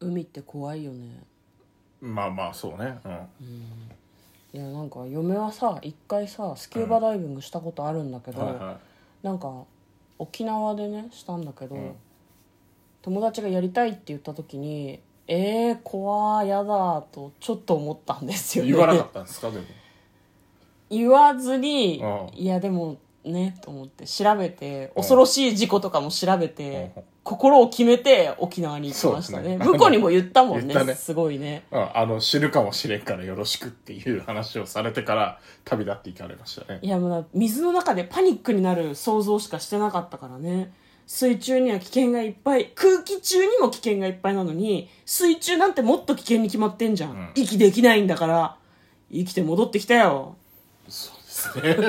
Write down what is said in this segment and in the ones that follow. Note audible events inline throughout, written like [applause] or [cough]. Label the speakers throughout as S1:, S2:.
S1: 海って怖いよね
S2: まあまあそうねうん
S1: いやなんか嫁はさ一回さスキューバダイビングしたことあるんだけど、
S2: はいは
S1: なんか沖縄でねしたんだけど、
S2: うん
S1: 友達がやりたいって言った時にえー、怖ーやだーとちょっと思ったんです
S2: い
S1: よ、ね、
S2: 言わなかったんですかでも
S1: [laughs] 言わずに、
S2: うん
S1: いやでもねと思って調べて
S2: うん
S1: 恐ろしい事故とかも調べて、
S2: うん
S1: 心を決めて沖縄に行きました
S2: そう
S1: ね
S2: ですね
S1: 向こうにも言ったもんね
S2: 言ったね
S1: すごいね
S2: うんあの死ぬかもしれんからよろしくっていう話をされてから旅立って行かれましたね
S1: いやもう水の中でパニックになる想像しかしてなかったからね水中には危険がいっぱい空気中にも危険がいっぱいなのに水中なんてもっと危険に決まってんじゃん、
S2: ん
S1: 息できないんだから生きて戻ってきたよ
S2: そうですね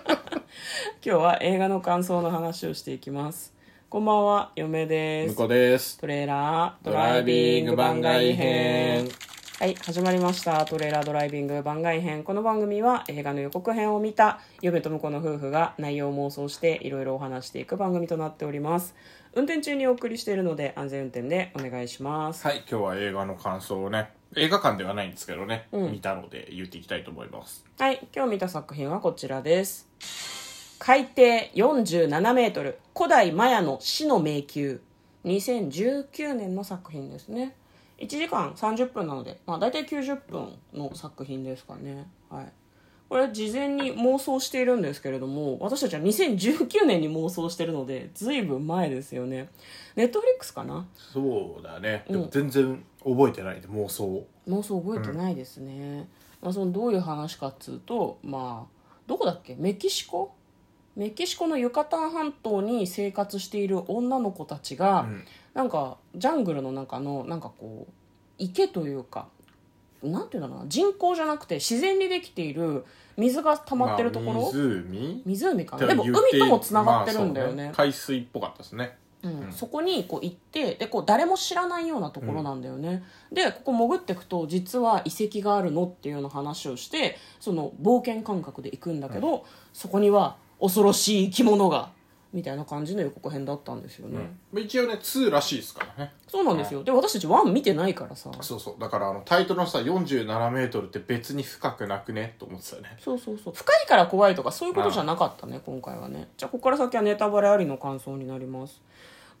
S1: [laughs] 今日は映画の感想の話をしていきますこんばんは嫁です
S2: 向こうです
S1: トレーラード
S2: ドライビング番外編
S1: はい始まりましたトレーラードライビング番外編この番組は映画の予告編を見た嫁と婿の夫婦が内容を妄想していろいろお話していく番組となっております運転中にお送りしているので安全運転でお願いします
S2: はい今日は映画の感想をね映画館ではないんですけどね、見たので言っていきたいと思います
S1: はい今日見た作品はこちらです海底47メートル古代マヤの死の迷宮2019年の作品ですね1時間30分なので、まあ、大体90分の作品ですかねはいこれ事前に妄想しているんですけれども私たちは2019年に妄想してるのでずいぶん前ですよねネットフリックスかな
S2: そうだねでも全然覚えてないで妄想を
S1: 妄想覚えてないですね、まあ、そのどういう話かっつうとまあどこだっけメキシコメキシコのユカタン半島に生活している女の子たちが、
S2: うん
S1: なんかジャングルの中のなんかこう池というかなんていうんだろうな人工じゃなくて自然にできている水が溜まってるところ、
S2: まあ湖
S1: 湖か
S2: って
S1: なでも
S2: 言
S1: 海
S2: って
S1: ともつながってるんだよ
S2: まあそう
S1: ね
S2: 海水っぽかったですね
S1: うん、そこにこう行ってでこう誰も知らないようなところなんだよね、でここ潜ってくと実は遺跡があるのっていうような話をしてその冒険感覚で行くんだけど、そこには恐ろしい生き物がみたいな感じの予告編だったんですよね、
S2: うん一応ね2らしいですからね
S1: そうなんですよで私たち1見てないからさ
S2: そうそうだからあのタイトルのさ4 7ルって別に深くなくねと思ってたよね
S1: そうそうそう深いから怖いとかそういうことじゃなかったね今回はねじゃあここから先はネタバレありの感想になります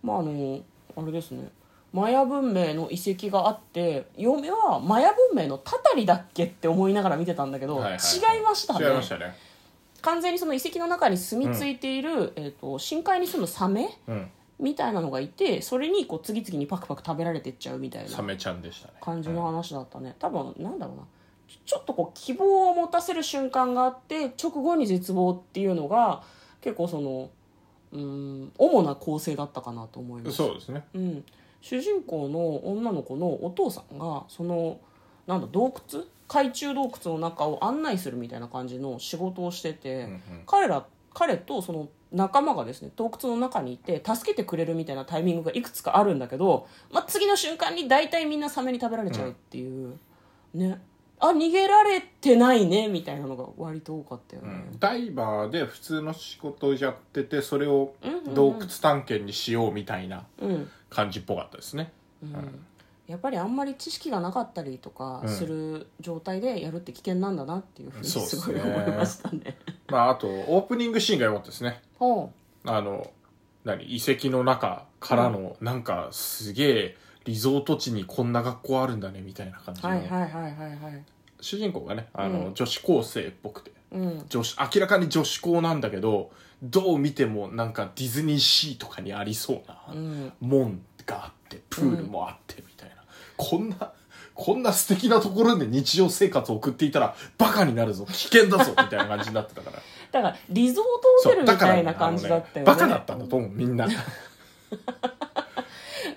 S1: まああのあれですねマヤ文明の遺跡があって嫁はマヤ文明のタタリだっけって思いながら見てたんだけど、
S2: はは
S1: 違いましたね
S2: 違いましたね
S1: 完全にその遺跡の中に住み着いている、えー、と深海に住むサメ
S2: うん
S1: みたいなのがいてそれにこう次々にパクパク食べられてっちゃうみたいな
S2: サメちゃんでしたね
S1: 感じの話だったね、多分なんだろうなちょちょっとこう希望を持たせる瞬間があって直後に絶望っていうのが結構そのうーん主な構成だったかなと思います
S2: そうですね
S1: うん、主人公の女の子のお父さんがそのなんだ洞窟海中洞窟の中を案内するみたいな感じの仕事をしてて、
S2: うんうん
S1: 彼ら彼とその仲間がですね洞窟の中にいて助けてくれるみたいなタイミングがいくつかあるんだけど、まあ、次の瞬間に大体みんなサメに食べられちゃうっていう、ねあ逃げられてないねみたいなのが割と多かったよ
S2: う
S1: ね、
S2: んダイバーで普通の仕事をやっててそれを
S1: うんうんうん
S2: 洞窟探検にしようみたいな
S1: うん、
S2: 感じっぽかったですね
S1: うんやっぱりあんまり知識がなかったりとか
S2: うん
S1: する状態でやるって危険なんだなっていうふうに
S2: そうっす
S1: す
S2: ね
S1: ごい思いました
S2: [laughs]
S1: ね。
S2: まああとオープニングシーンが良かったですね
S1: ほ
S2: あの何遺跡の中からのなんかすげえリゾート地にこんな学校あるんだねみたいな感じ
S1: う
S2: の、
S1: はいはいはいはいはい。
S2: 主人公がねあの、
S1: うん
S2: 女子高生っぽくて
S1: うん、
S2: 女子明らかに女子校なんだけどどう見てもなんかディズニーシーとかにありそうな
S1: うん、
S2: 門があってプールもあってみたいな、こんなこんな素敵なところで日常生活を送っていたらバカになるぞ危険だぞみたいな感じになって
S1: [laughs]
S2: たから
S1: だからリゾートホ
S2: そ
S1: テル
S2: う
S1: み
S2: だから
S1: た
S2: ね
S1: いな感じだったよね。
S2: あのねバカだったんだと思うみ
S1: [laughs]
S2: んな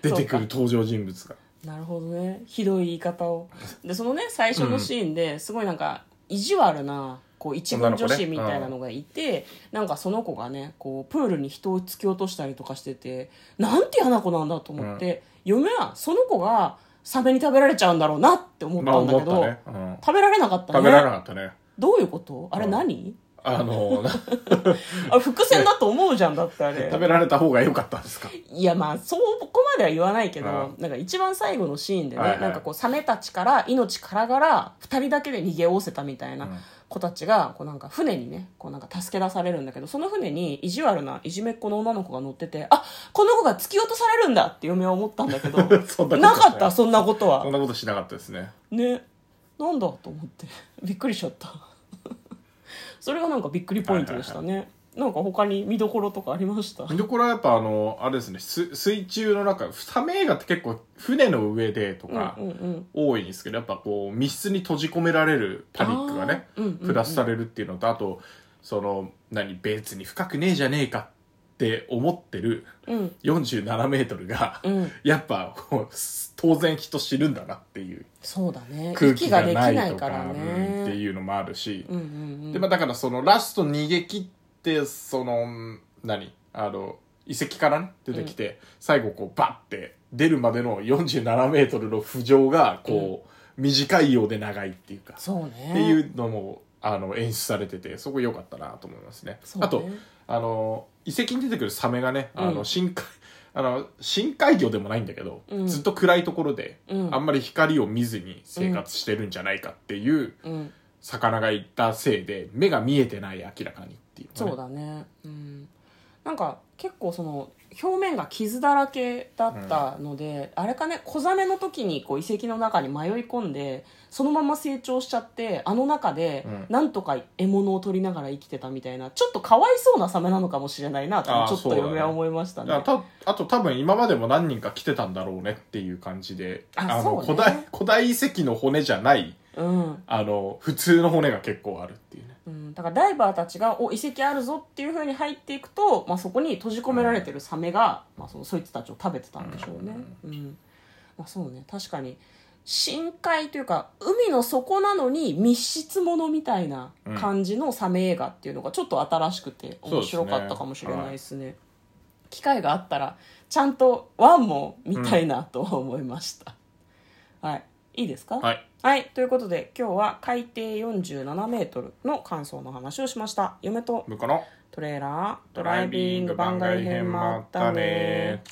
S2: 出てくる登場人物が
S1: なるほどねひどい言い方 [laughs] をでそのね最初のシーンですごいなんか意地悪なこう一軍女子みたいなのがいて、なんかその子がねこうプールに人を突き落としたりとかしててなんて嫌な子なんだと思って、嫁はその子がサメに食べられちゃうんだろうなって思っ
S2: まあ
S1: たんだ
S2: 思
S1: け
S2: っ
S1: ど、
S2: たね、うん
S1: 食べられなかったね
S2: 食べられなかったね
S1: どういうことあれ
S2: うん
S1: 何、
S2: あ
S1: [laughs]
S2: のな
S1: あ伏線だと思うじゃんだってあれ
S2: 食べられた方が良かったんですか
S1: いやまあそこまでは言わないけど、
S2: う
S1: なんか一番最後のシーンでね、
S2: はいはい
S1: なんかこうサメたちから命からがら2人だけで逃げおおせたみたいな子たちがこうなんか船にねこうなんか助け出されるんだけどその船に意地悪ないじめっ子の女の子が乗っててあこの子が突き落とされるんだって嫁は思ったんだけど
S2: [laughs] そんなことは
S1: なかったそんなこと
S2: そ
S1: は
S2: んなことしなかったですね
S1: ねなんだと思って [laughs] びっくりしちゃった [laughs] それがなんかびっくりポイントでしたね、なんか他に見どころとかありました
S2: 見どころはやっぱあのあれですねす水中の中サメ映画って結構船の上でとか
S1: うんうんうん
S2: 多いんですけど、やっぱこう密室に閉じ込められるパニックがね、
S1: あーうんうんうん
S2: プラスされるっていうのとあとその何別に深くねえじゃねえかって思ってる
S1: うん
S2: 4 7ルが、
S1: うん
S2: やっぱこう当然人死ぬんだなっていう
S1: そうだね
S2: 空気
S1: 息
S2: が
S1: ができ
S2: な
S1: ないい
S2: とか
S1: から
S2: うんって
S1: ね
S2: いうのもあるし、
S1: うんうんうん
S2: でまあ、だからそのラスト逃げ切ってそのうん何あの遺跡からね出てきて、最後こうバッて出るまでの4 7ルの浮上がこう、短いようで長いっていうか、
S1: そうね
S2: っていうのもあの演出されててそこ良かったなと思いますね。
S1: そうね
S2: あとあの遺跡に出てくるサメがねあ
S1: う
S2: の
S1: ん
S2: 深海、あの深海魚でもないんだけど、
S1: うん
S2: ずっと暗いところで、
S1: うん
S2: あんまり光を見ずに生活してるんじゃないかっていう
S1: うん
S2: 魚がいたせいで目が見えてない明らかにっていう、
S1: そうだねうんなんか結構その表面が傷だらけだったので、あれかね小ザメの時にこう遺跡の中に迷い込んでそのまま成長しちゃってあの中で
S2: うん
S1: なんとか獲物を取りながら生きてたみたいなちょっとかわいそうなサメなのかもしれないなと
S2: あー
S1: ちょっ
S2: そう
S1: と
S2: だね
S1: 嫁は思いました
S2: だ
S1: ね
S2: からたあと多分今までも何人か来てたんだろうねっていう感じで
S1: あ
S2: の
S1: そうね
S2: 古代古代遺跡の骨じゃない
S1: うん
S2: あの普通の骨が結構あるっていうね
S1: うん、だからダイバーたちが「お遺跡あるぞ」っていうふうに入っていくと、まあ、そこに閉じ込められてるサメが、まあ、そのそいつたちを食べてたんでしょうね、うんまあ、そうね確かに深海というか海の底なのに密室ものみたいな感じのサメ映画っていうのがちょっと新しくて
S2: そうですね
S1: 面白かったかもしれないですね機会があったらちゃんとワンも見たいなと思いました、はいいいですか
S2: はい
S1: はい、ということで今日は海底47メートルの感想の話をしました。嫁と
S2: 向こうの
S1: トレーラード
S2: ドライビング番外編もあったね